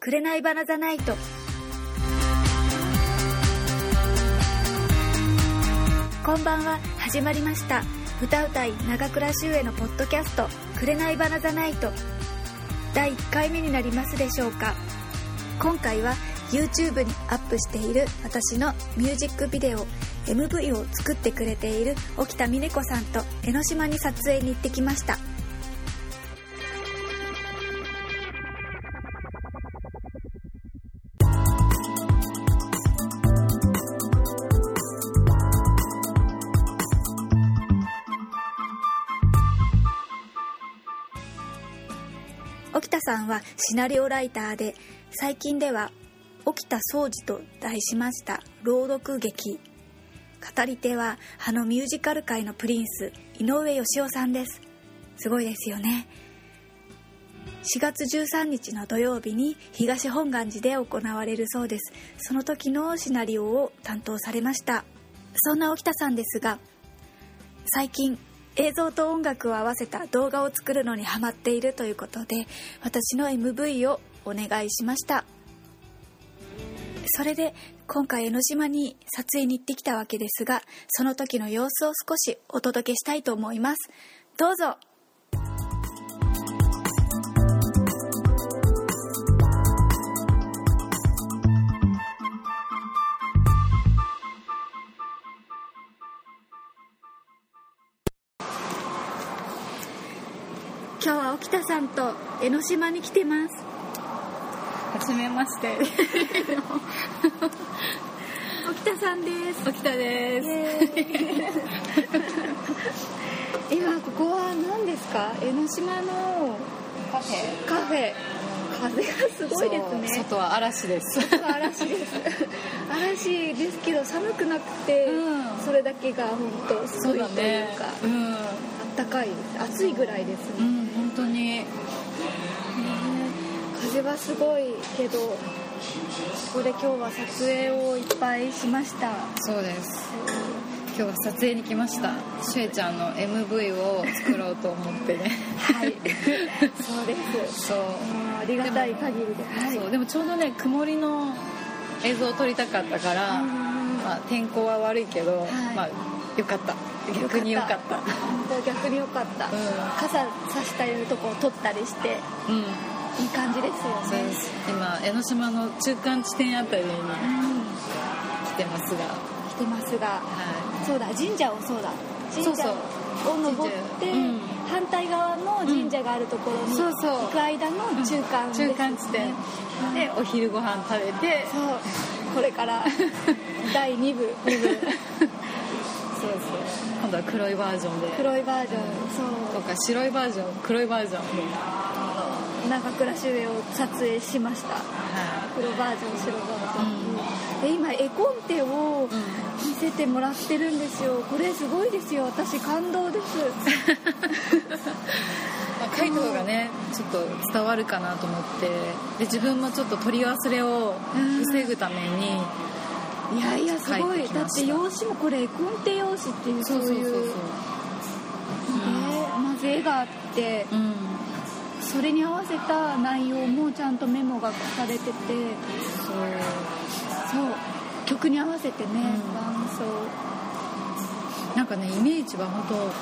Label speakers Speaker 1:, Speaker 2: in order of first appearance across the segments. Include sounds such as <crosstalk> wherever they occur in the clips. Speaker 1: 紅花ザナイト。こんばんは、始まりました。歌うたい長倉修へのポッドキャスト、紅花ザナイト。第1回目になりますでしょうか。今回は YouTube にアップしている私のミュージックビデオ MV を作ってくれている沖田峰子さんと江ノ島に撮影に行ってきました沖田さんはシナリオライターで最近では「沖田総司」と題しました朗読劇語り手はあのミュージカル界のプリンス井上芳雄さんですすごいですよね4月13日の土曜日に東本願寺で行われるそうですその時のシナリオを担当されましたそんな沖田さんですが最近映像と音楽を合わせた動画を作るのにハマっているということで私の MV をお願いしましたそれで今回江ノ島に撮影に行ってきたわけですがその時の様子を少しお届けしたいと思いますどうぞ今日は沖田さんと江ノ島に来てます
Speaker 2: はじめまして。
Speaker 1: <laughs> 沖田さんです
Speaker 2: 沖田で
Speaker 1: イ。エーイ <laughs> 今ここは何ですか江ノ島の
Speaker 2: カフェ。
Speaker 1: カフェ風がすごいですね
Speaker 2: そう外は
Speaker 1: <laughs>
Speaker 2: 嵐です。
Speaker 1: 外嵐です嵐ですけど寒くなくて、
Speaker 2: うん
Speaker 1: それだけが本当すごいというか
Speaker 2: うん。
Speaker 1: あったかいです暑いぐらいです
Speaker 2: う
Speaker 1: ね、
Speaker 2: ん、本当に。
Speaker 1: 風はすごいけどここで今日は撮影をいっぱいしました
Speaker 2: そうです。今日は撮影に来ました。しゅえちゃんの MV を作ろうと
Speaker 1: <laughs>
Speaker 2: 思ってね。
Speaker 1: はいそうです
Speaker 2: そう。
Speaker 1: もうありがたい限りではい
Speaker 2: そうでもちょうどね曇りの映像を撮りたかったから、
Speaker 1: うん
Speaker 2: まあ天候は悪いけど、
Speaker 1: はい
Speaker 2: まあよかった。逆によかった。
Speaker 1: 本当逆に良かった、傘さしたりのとこを取ったりして
Speaker 2: うん。
Speaker 1: いい感じです
Speaker 2: そう
Speaker 1: よ
Speaker 2: で
Speaker 1: ね
Speaker 2: す。今江ノ島の中間地点あたりに
Speaker 1: うん
Speaker 2: 来てますが。
Speaker 1: 来てますが
Speaker 2: はい。
Speaker 1: そうだ神社をそうだ
Speaker 2: そ
Speaker 1: 神
Speaker 2: うそ
Speaker 1: 社
Speaker 2: う
Speaker 1: を登って
Speaker 2: 神社うん
Speaker 1: 反対側の神社があるところに
Speaker 2: そうそう
Speaker 1: 行く間の中間ですね
Speaker 2: 中間地点
Speaker 1: はい
Speaker 2: でお昼ご飯食べて
Speaker 1: そうこれから
Speaker 2: <laughs>
Speaker 1: 第2部2部
Speaker 2: そうそう今度は黒いバージョンで
Speaker 1: 黒いバージョン
Speaker 2: とか白いバージョン黒いバージョン
Speaker 1: そ
Speaker 2: で、
Speaker 1: う長倉修平を撮影しました
Speaker 2: は
Speaker 1: 黒バージョン白バージョン、で今絵コンテを
Speaker 2: い
Speaker 1: 見せてもらってるんですよこれすごいですよ私感動です
Speaker 2: まあ、書いた方がねちょっと伝わるかなと思ってで自分もちょっと取り忘れを防ぐために、
Speaker 1: <laughs> いやいやすご
Speaker 2: 帰っ
Speaker 1: い
Speaker 2: てき
Speaker 1: だっ
Speaker 2: ました
Speaker 1: て用紙もこれ絵コンテ用紙っていうそういうねまず絵があって
Speaker 2: うん
Speaker 1: それに合わせた内容もちゃんとメモがされてて
Speaker 2: そう
Speaker 1: そう曲に合わせてね
Speaker 2: ん
Speaker 1: 伴奏
Speaker 2: なんかねイメージは本当なんか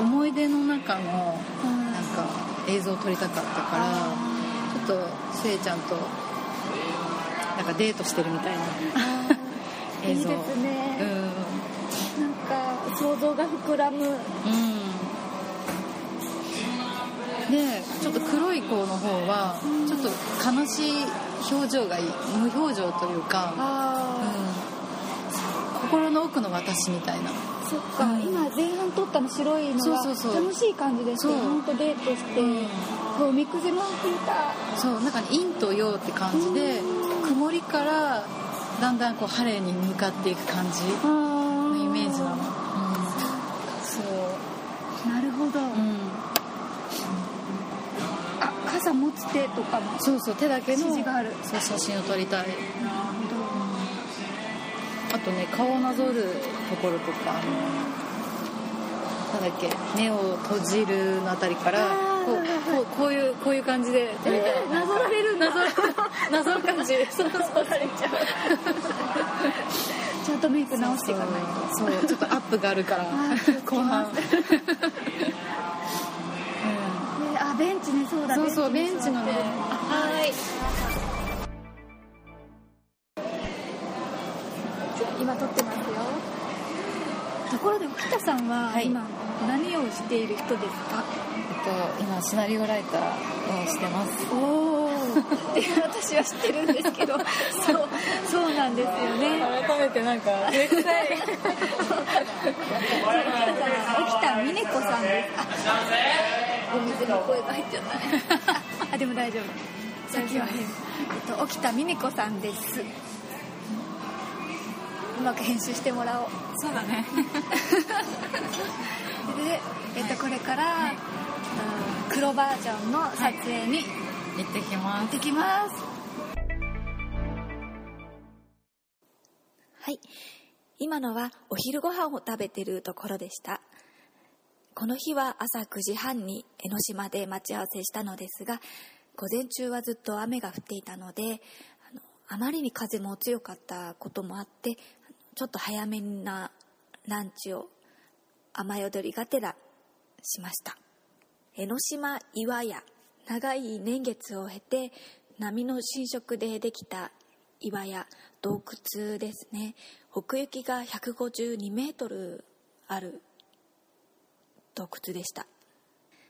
Speaker 2: 思い出の中の
Speaker 1: うん
Speaker 2: なんか映像を撮りたかったから
Speaker 1: あ
Speaker 2: ちょっとせいちゃんとなんかデートしてるみたいな
Speaker 1: ーい
Speaker 2: 映
Speaker 1: いです
Speaker 2: 像うん
Speaker 1: ねなんか想像が膨らむ
Speaker 2: うんでちょっと黒い子の方はちょっと悲しい表情がいい無表情というか、うん
Speaker 1: あ、
Speaker 2: 心の奥の私みたいな
Speaker 1: あそっか、
Speaker 2: うん
Speaker 1: 今前半撮ったの白いのは
Speaker 2: そうそうそう
Speaker 1: 楽しい感じですけど
Speaker 2: そう
Speaker 1: ほんとデートして、
Speaker 2: うん
Speaker 1: こうミクゼマン引いた
Speaker 2: そうなんか陰と陽って感じで曇りからだんだんこう晴れに向かっていく感じのイメージなの、うんそう
Speaker 1: なるほど、
Speaker 2: うん
Speaker 1: あ傘持つ手とかも
Speaker 2: そうそう手だけの
Speaker 1: 指示がある
Speaker 2: そう写真を撮りたい
Speaker 1: なるほど
Speaker 2: あとね顔をなぞるところとかあのなんだっけ目を閉じるのあたりから
Speaker 1: あー
Speaker 2: こ
Speaker 1: はいうはいはい
Speaker 2: こうこういうこういう感じで撮りたい
Speaker 1: えーなぞられるんだ <laughs>
Speaker 2: 謎の感じそうそう <laughs>
Speaker 1: そうされちゃうちゃんとメイク直していかないと
Speaker 2: そうそうちょっとアップがあるから
Speaker 1: ー
Speaker 2: 後
Speaker 1: <laughs>
Speaker 2: 半、うん、
Speaker 1: ねあベンチねそうだ
Speaker 2: そうそうベンチのね
Speaker 1: はい今撮ってますよところで沖田さんは
Speaker 2: はい
Speaker 1: 今何をしている人ですか、
Speaker 2: えっと今シナリオライターをしてます
Speaker 1: おお <laughs> って私は知ってるんですけど <laughs> そうそうなんですよね
Speaker 2: 改めてなんか絶対
Speaker 1: 沖田美音子さんです。あ、お水の声が入っちゃ <laughs> った。あ、でも大丈夫。先は変。えっと、沖田美音子さんです。うまく編集してもらおう。
Speaker 2: そうだね
Speaker 1: <laughs> で、えっと、これから、うん黒バージョンの撮影に行
Speaker 2: 行ってきま
Speaker 1: ってきます。はい。今のはお昼ご飯を食べてるところでした。この日は朝9時半に江ノ島で待ち合わせしたのですが、午前中はずっと雨が降っていたので、あのあまりに風も強かったこともあって、あのちょっと早めなランチを雨宿りがてらしました。江ノ島岩屋、長い年月を経て波の浸食でできた岩屋、洞窟ですね。奥行きが152メートルある洞窟でした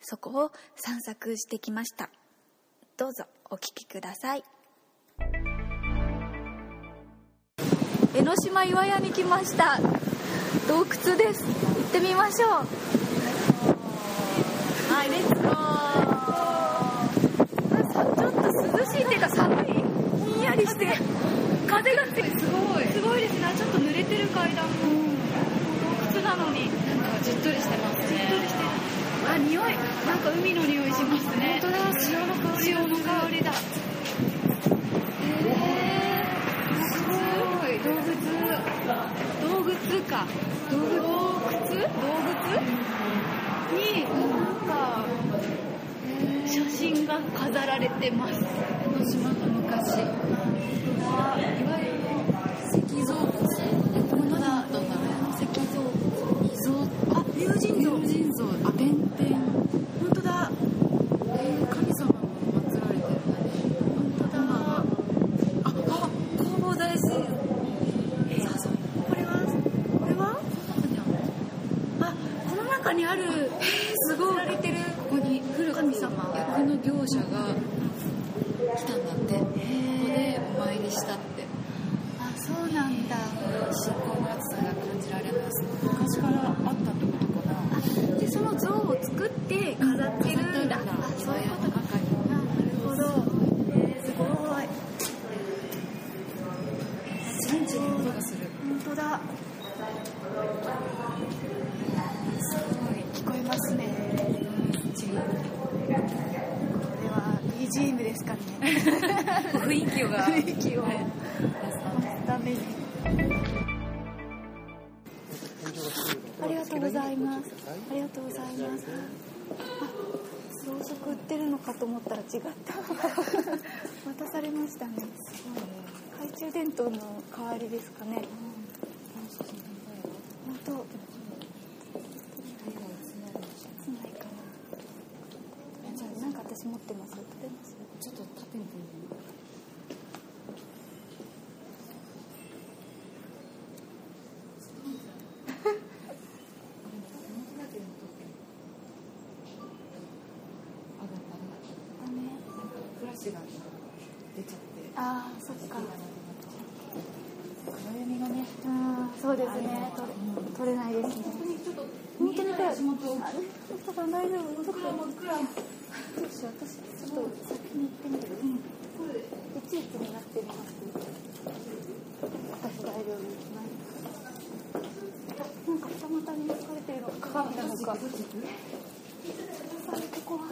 Speaker 1: そこを散策してきましたどうぞお聞きください江ノ島岩屋に来ました洞窟です行ってみましょうはいレッツゴーちょっと涼しいっていうか寒いひんやりして <laughs> 風がすごい
Speaker 3: すごいですね。ちょっと濡れてる階段も、洞窟なのに、
Speaker 2: なんかじっとりしてますね
Speaker 3: しっとりしてる。あ、匂い。なんか海の匂いしますね。
Speaker 2: 本当だ
Speaker 3: 潮の香り。潮の香りだ。えー、すごい。洞窟。洞窟か。洞窟洞窟に、なんか、写真が飾られてます。
Speaker 2: 江ノ島の昔いわゆる石像物このだったんだね石像遺像あ龍神像龍神像あ弁天本当だ、えー、神様も祀られてるんだね本当だああ弘法大師
Speaker 3: えーこれはこれはあこの中にある
Speaker 2: すごい
Speaker 3: られてる
Speaker 2: ここに古
Speaker 3: 神様
Speaker 2: 役の業者が来たんだってここでお参りしたって
Speaker 3: あそうなんだ
Speaker 2: 信仰の熱さが感じられます昔からあったってことかな
Speaker 3: でその像を作って飾ってるんだあそういうことか
Speaker 2: 中に
Speaker 3: なるほどえーすごい
Speaker 2: チンチン音がする
Speaker 3: 本当だすごい聞こえますねこれは BGM ですかね
Speaker 2: 雰囲気が
Speaker 3: 雰囲気をためにありがとうございますありがとうございますあろうそく売ってるのかと思ったら違った <laughs> 渡されましたね懐中電灯の代わりですかね本当つないかなじゃあなんか私持ってます持ってます
Speaker 2: ちょっと縦に
Speaker 3: あね
Speaker 2: フラッシュが出ちゃって
Speaker 3: あーそっか
Speaker 2: 暗闇がね
Speaker 3: うんそうですね取れ取れないですね本当にだよ
Speaker 2: 足元
Speaker 3: あお父さん大丈夫お父さんも暗いどうしよう私ちょっと先に行ってみるうんいちいちになってみます私大丈夫ないなんか二股に疲れてるのか鏡なのかここはこ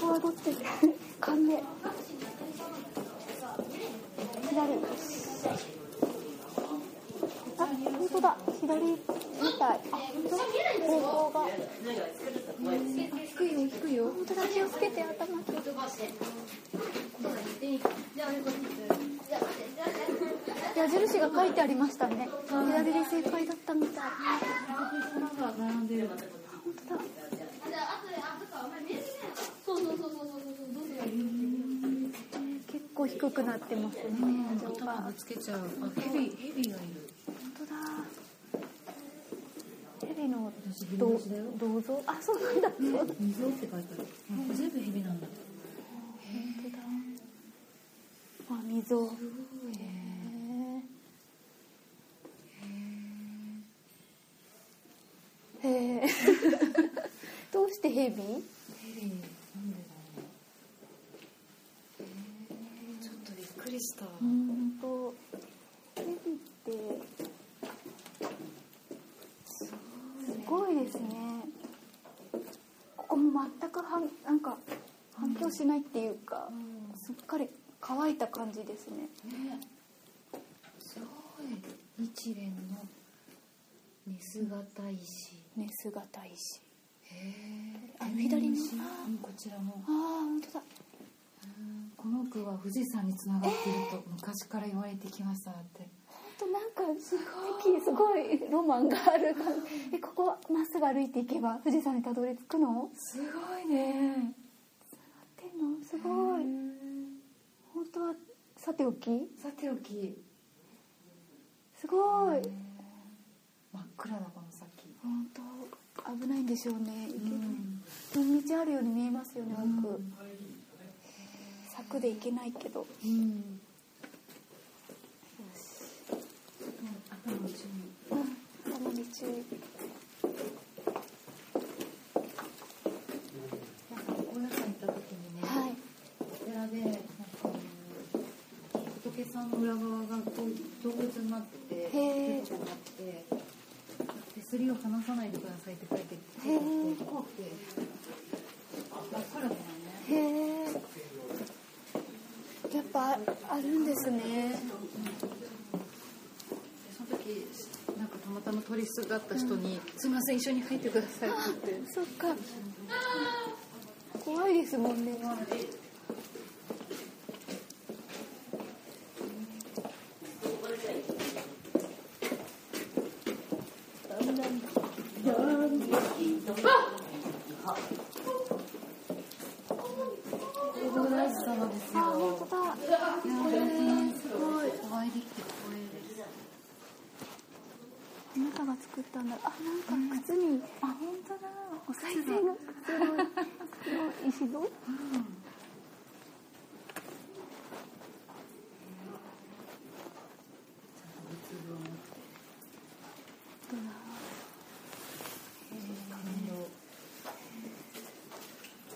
Speaker 3: こはどっち勘で左あ、本当だ。左みたい。あ、本当だ。方向が。低いよ、低いよ。本当だ。気をつけて、頭気をつけて。
Speaker 4: じゃあ
Speaker 3: 矢印が書いてありましたね。左で正解だったみたい。
Speaker 2: 花が並んでる。
Speaker 3: 本当だ。えー結構低くなってますね。情
Speaker 2: 頭
Speaker 3: が
Speaker 2: ぶつけちゃう。あ、ヘビ、ヘビがいる。
Speaker 3: 本当だ。ヘビの銅銅像あそうなんだ。本当だ。
Speaker 2: 水って書いてある。あ全部ヘビなんだ。
Speaker 3: あ溝。へえ。へえ。どうしてヘ
Speaker 2: ヘ
Speaker 3: ビ？
Speaker 2: ビ、なんでだろう。ちょっとびっくりした。
Speaker 3: うんとヘビってすごいですねここも全くはんなんか反響しないっていうか、
Speaker 2: うん
Speaker 3: すっかり乾いた感じですね
Speaker 2: ねすごい日蓮の寝姿石
Speaker 3: 寝姿
Speaker 2: へ
Speaker 3: 石
Speaker 2: え
Speaker 3: あ左の
Speaker 2: うんこちらも
Speaker 3: ああ本当だ
Speaker 2: この句は富士山につながっていると昔から言われてきましたって
Speaker 3: 本当なんかすごいすごいロマンがある感じえここまっすぐ歩いていけば富士山にたどり着くの
Speaker 2: すごいね
Speaker 3: てんのすごい本当はさておき
Speaker 2: さておき
Speaker 3: すごい、
Speaker 2: 真っ暗だこの先
Speaker 3: 本当危ないんでしょうね。行けない分道あるように見えますよね。
Speaker 2: うん
Speaker 3: 奥、柵で行けないけど。よ
Speaker 2: うん
Speaker 3: し。
Speaker 2: 頭の中に
Speaker 3: うん。頭に注意。
Speaker 2: なんか高野山行った時にね、
Speaker 3: はい。
Speaker 2: お寺でなんかあの仏さんの裏側がこう動物になってて
Speaker 3: へー
Speaker 2: 手とかがあって手すりを離さないでくださいって書いてあ
Speaker 3: へ
Speaker 2: っ
Speaker 3: ー
Speaker 2: て怖くて真っ暗だよね
Speaker 3: へえ。やっぱああるんですね。
Speaker 2: でその時なんかたまたま鳥すだった人に「すいません一緒に入ってください」って言って
Speaker 3: そっか。怖いですもんね。
Speaker 2: お大師様です
Speaker 3: あ、本
Speaker 2: よ
Speaker 3: 当だ。
Speaker 2: いやーすごいお会いできて光栄です
Speaker 3: あなたが作ったんだ。あ、なんか靴に、あ、本当だ。お賽銭の靴の靴の石像。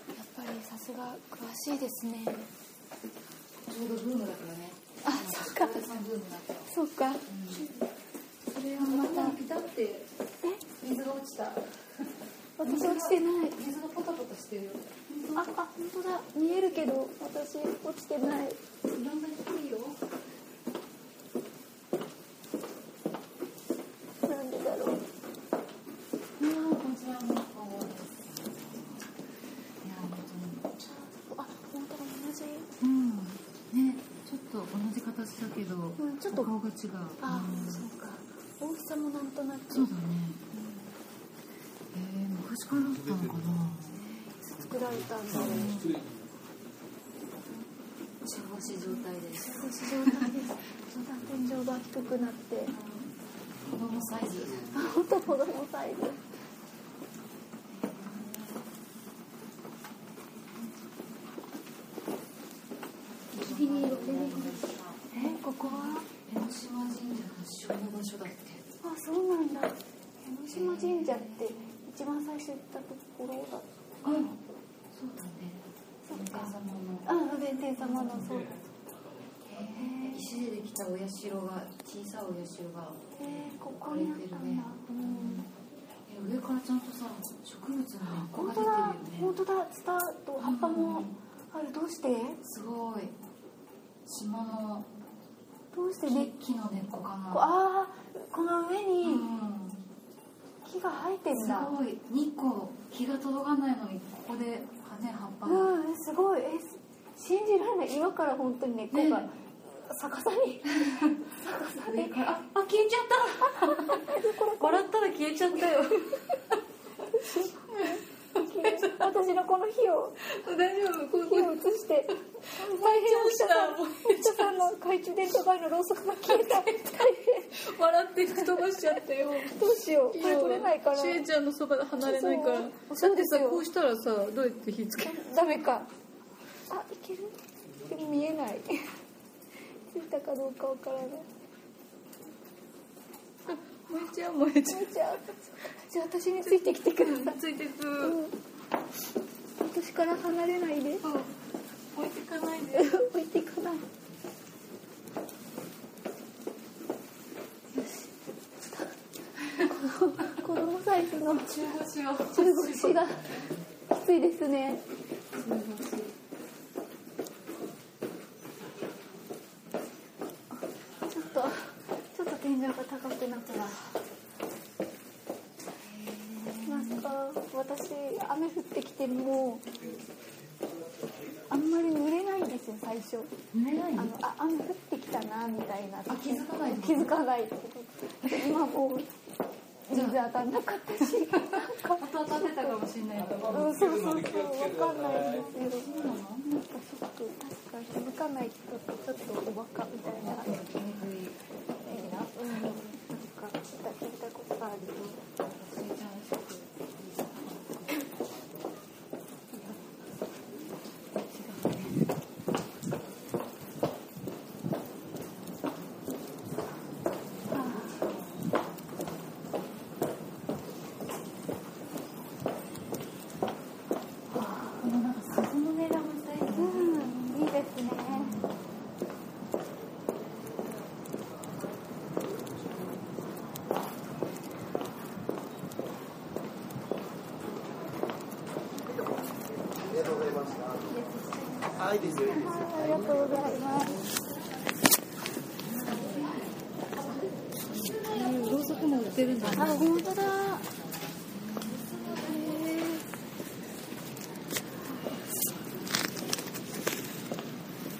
Speaker 3: やっぱりさすが詳しいですね。
Speaker 2: ちょうどブームだからね
Speaker 3: あ、そっか、
Speaker 2: さんブームだから
Speaker 3: そっか。
Speaker 2: それはまたピタって
Speaker 3: え、
Speaker 2: 水が落ちた
Speaker 3: 私落ちてない。
Speaker 2: 水がポタポタしてるよ
Speaker 3: あ、あ、本当だ。見えるけど、私落ちてない。
Speaker 2: いろんな低いよ
Speaker 3: なんでだろう。
Speaker 2: いやーこちらもこういやー本
Speaker 3: あ、本当だ。同じ。
Speaker 2: 当にうんねちょっと同じ形だけど、
Speaker 3: んちょっと
Speaker 2: お顔が違う
Speaker 3: あ
Speaker 2: う、ん
Speaker 3: そ
Speaker 2: そう
Speaker 3: か。大きさもなんとなく。
Speaker 2: うだね、えー、昔からだったのかな
Speaker 3: 作られたんだろう。
Speaker 2: 幸せ状態です
Speaker 3: 少し状態です。 <laughs> だんだん天井が低くなって。
Speaker 2: 子供サイズ
Speaker 3: あ、本当子供サイズ。
Speaker 2: ギリギリ
Speaker 3: え、ここは。
Speaker 2: 江ノ島神社発祥の場所だって
Speaker 3: あ、そうなんだ。江ノ島神社って一番最初行ったところだっ
Speaker 2: あそうだね
Speaker 3: そっか
Speaker 2: お母様の
Speaker 3: た。あ、お弁天様のそう。へ
Speaker 2: 石でできたお社が小さいお社が
Speaker 3: え、ここにあったんだ。うん。
Speaker 2: え上からちゃんとさ植物の根っこ
Speaker 3: 本
Speaker 2: が
Speaker 3: 当だ
Speaker 2: 出てるよ
Speaker 3: 本
Speaker 2: ね
Speaker 3: 当だスターと葉っぱもあるどうして
Speaker 2: すごい島の
Speaker 3: どうして
Speaker 2: 木
Speaker 3: ね
Speaker 2: 木の根っこかな
Speaker 3: ああこの上
Speaker 2: う
Speaker 3: に
Speaker 2: ん
Speaker 3: 木が生えてん
Speaker 2: す
Speaker 3: だ
Speaker 2: ごい日光日が届かないのにここでね葉っぱ
Speaker 3: うんすごいえ信じられない今から本当にね今回逆さに逆さに
Speaker 2: ああ消えちゃった
Speaker 3: <laughs>
Speaker 2: 笑ったら消えちゃったよ
Speaker 3: 私のこの火を
Speaker 2: 大丈夫これこ
Speaker 3: 火
Speaker 2: れ
Speaker 3: を移して大変おっしゃさん
Speaker 2: 燃
Speaker 3: おっしゃさんの懐中電灯前のろうそくが消えた大変
Speaker 2: 笑って吹き飛ばしちゃったよ
Speaker 3: どうしようこれ取れないから
Speaker 2: しえちゃんのそばで離れないからだ
Speaker 3: そう
Speaker 2: ってさ
Speaker 3: そうですよ
Speaker 2: こうしたらさどうやって火つける
Speaker 3: ダメかあいけるでも見えないついたかどうかわからない
Speaker 2: 燃えちゃう燃えちゃ
Speaker 3: 見えちゃうじゃあ私についてきてください、
Speaker 2: うついてく
Speaker 3: うん、私から離れないで
Speaker 2: そう置いてかないで
Speaker 3: 置いていかないよしこの子供サイズの
Speaker 2: 中腰を
Speaker 3: 中腰がきついですねちょっとちょっと天井が高くなったなんか私雨降ってきてもあんまり濡れないんですよ最初
Speaker 2: 寝な
Speaker 3: あのあ雨降ってきたなみたいな
Speaker 2: あ気づかないの
Speaker 3: 気づかないってこと今もう水当たんなかった
Speaker 2: <laughs>
Speaker 3: しなんか
Speaker 2: 当たってたかもしれないけど
Speaker 3: うん、そうそうそう、わかんないんですけど、なんかショック、確か気づかない人ってちょっとおバカみたいな、ええな、うん、なんか聞いた聞いたことある。
Speaker 2: このなんか鈴の音がうるさいね
Speaker 3: うん、いいですね。
Speaker 4: りがとうございました。はい、いいですよ。いいですよ
Speaker 3: ありがとうございます。
Speaker 2: ろうそくも売ってるんだ
Speaker 3: あ、本当だ。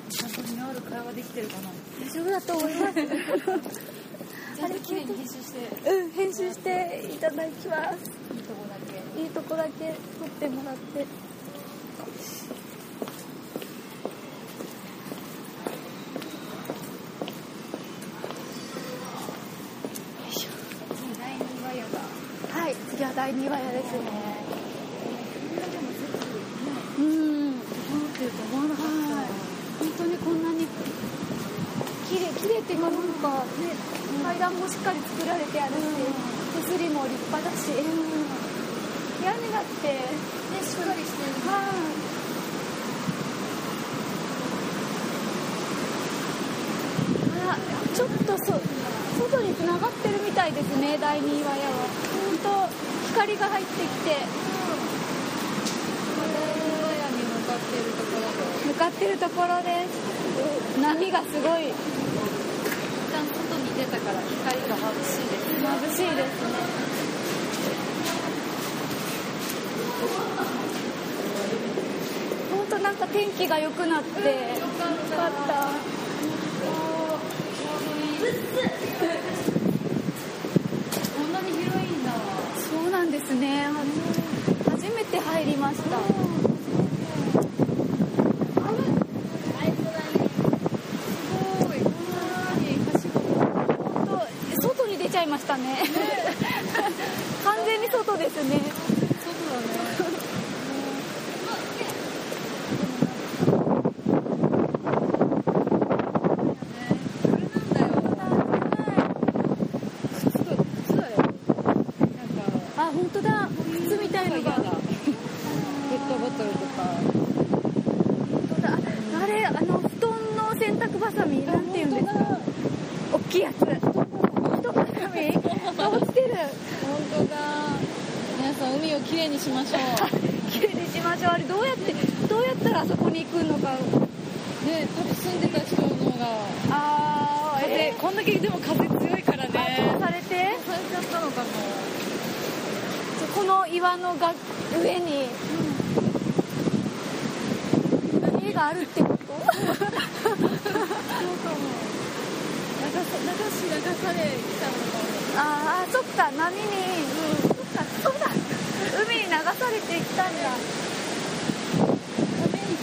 Speaker 2: ちゃんと見合う会話できてるかな
Speaker 3: 大丈夫だと思います。
Speaker 2: ちゃんと綺麗に編集していい
Speaker 3: うん、編集していただきます。
Speaker 2: とこだけ
Speaker 3: いいとこだけ撮ってもらって。
Speaker 2: 第2話やだ
Speaker 3: はい、次は第2話やですね。
Speaker 2: みんなでも全部ね
Speaker 3: うん。
Speaker 2: 思ってると思わなかった
Speaker 3: はい本当にこんなに綺麗綺麗っていうかなんかね、階段もしっかり作られてあるし、手すりも立派だし、屋根だってねしっかりしてるはいあらちょっとそ外に繋がってるみたいですね第二岩屋は本当光が入ってきて
Speaker 2: 第2話やに向かってるところで
Speaker 3: 向かってるところです波がすごい
Speaker 2: 一旦外に出たから光が眩しいです
Speaker 3: 眩しいですね本当なんか天気が良くなって、よかった
Speaker 2: こんなに広いんだ
Speaker 3: そうなんですねあの初めて入りました
Speaker 2: すごいこんなにはしご
Speaker 3: 本当外に出ちゃいましたね完全に外ですね
Speaker 2: 外だね
Speaker 3: あ本当だ靴みたいのが本当だあれあの布団の洗濯バサミなんていうんですか大きいやつ布団バサミあ落ちてる
Speaker 2: しましょう。
Speaker 3: 綺麗にしましょうあれどうやってどうやったらあそこに行くのか
Speaker 2: ね、多分住んでた人の方が。
Speaker 3: ああ
Speaker 2: 風、こんだけでも風強いからね。
Speaker 3: されて
Speaker 2: されちゃったのかも。
Speaker 3: この岩のが上に家があるってこと
Speaker 2: 流し流されちゃうのか
Speaker 3: ああそっか波に、うん、そっかそうだ海に流されていったんだ
Speaker 2: な壁に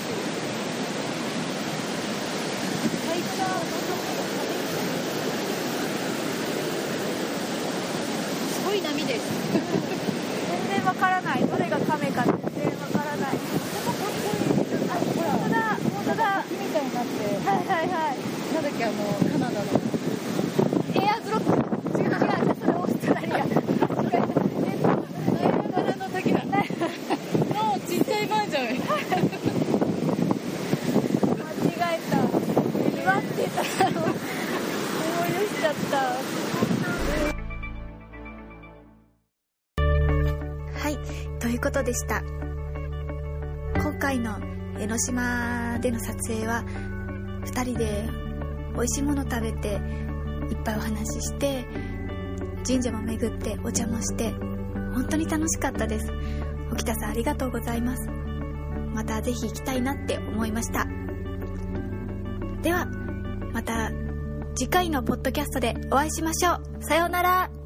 Speaker 3: 最初は
Speaker 2: すごい波です
Speaker 3: 全然わからないどれが亀か全然わからないあ本当だ本当だは
Speaker 2: 木みたいになって
Speaker 3: いはいはい
Speaker 2: なんだっけあのカナダの
Speaker 3: エアーズロック違う違うそれオーストラリア
Speaker 2: ナ
Speaker 3: 違う
Speaker 2: イアガラの滝だのちっちゃいバージョン
Speaker 3: 間違えた祝ってたの思い出しちゃった
Speaker 1: はい、ということでした。今回の江ノ島での撮影は、2人で美味しいもの食べて、いっぱいお話しして、神社も巡ってお茶もして、本当に楽しかったです。沖田さんありがとうございます。またぜひ行きたいなって思いました。では、また次回のポッドキャストでお会いしましょう。さようなら。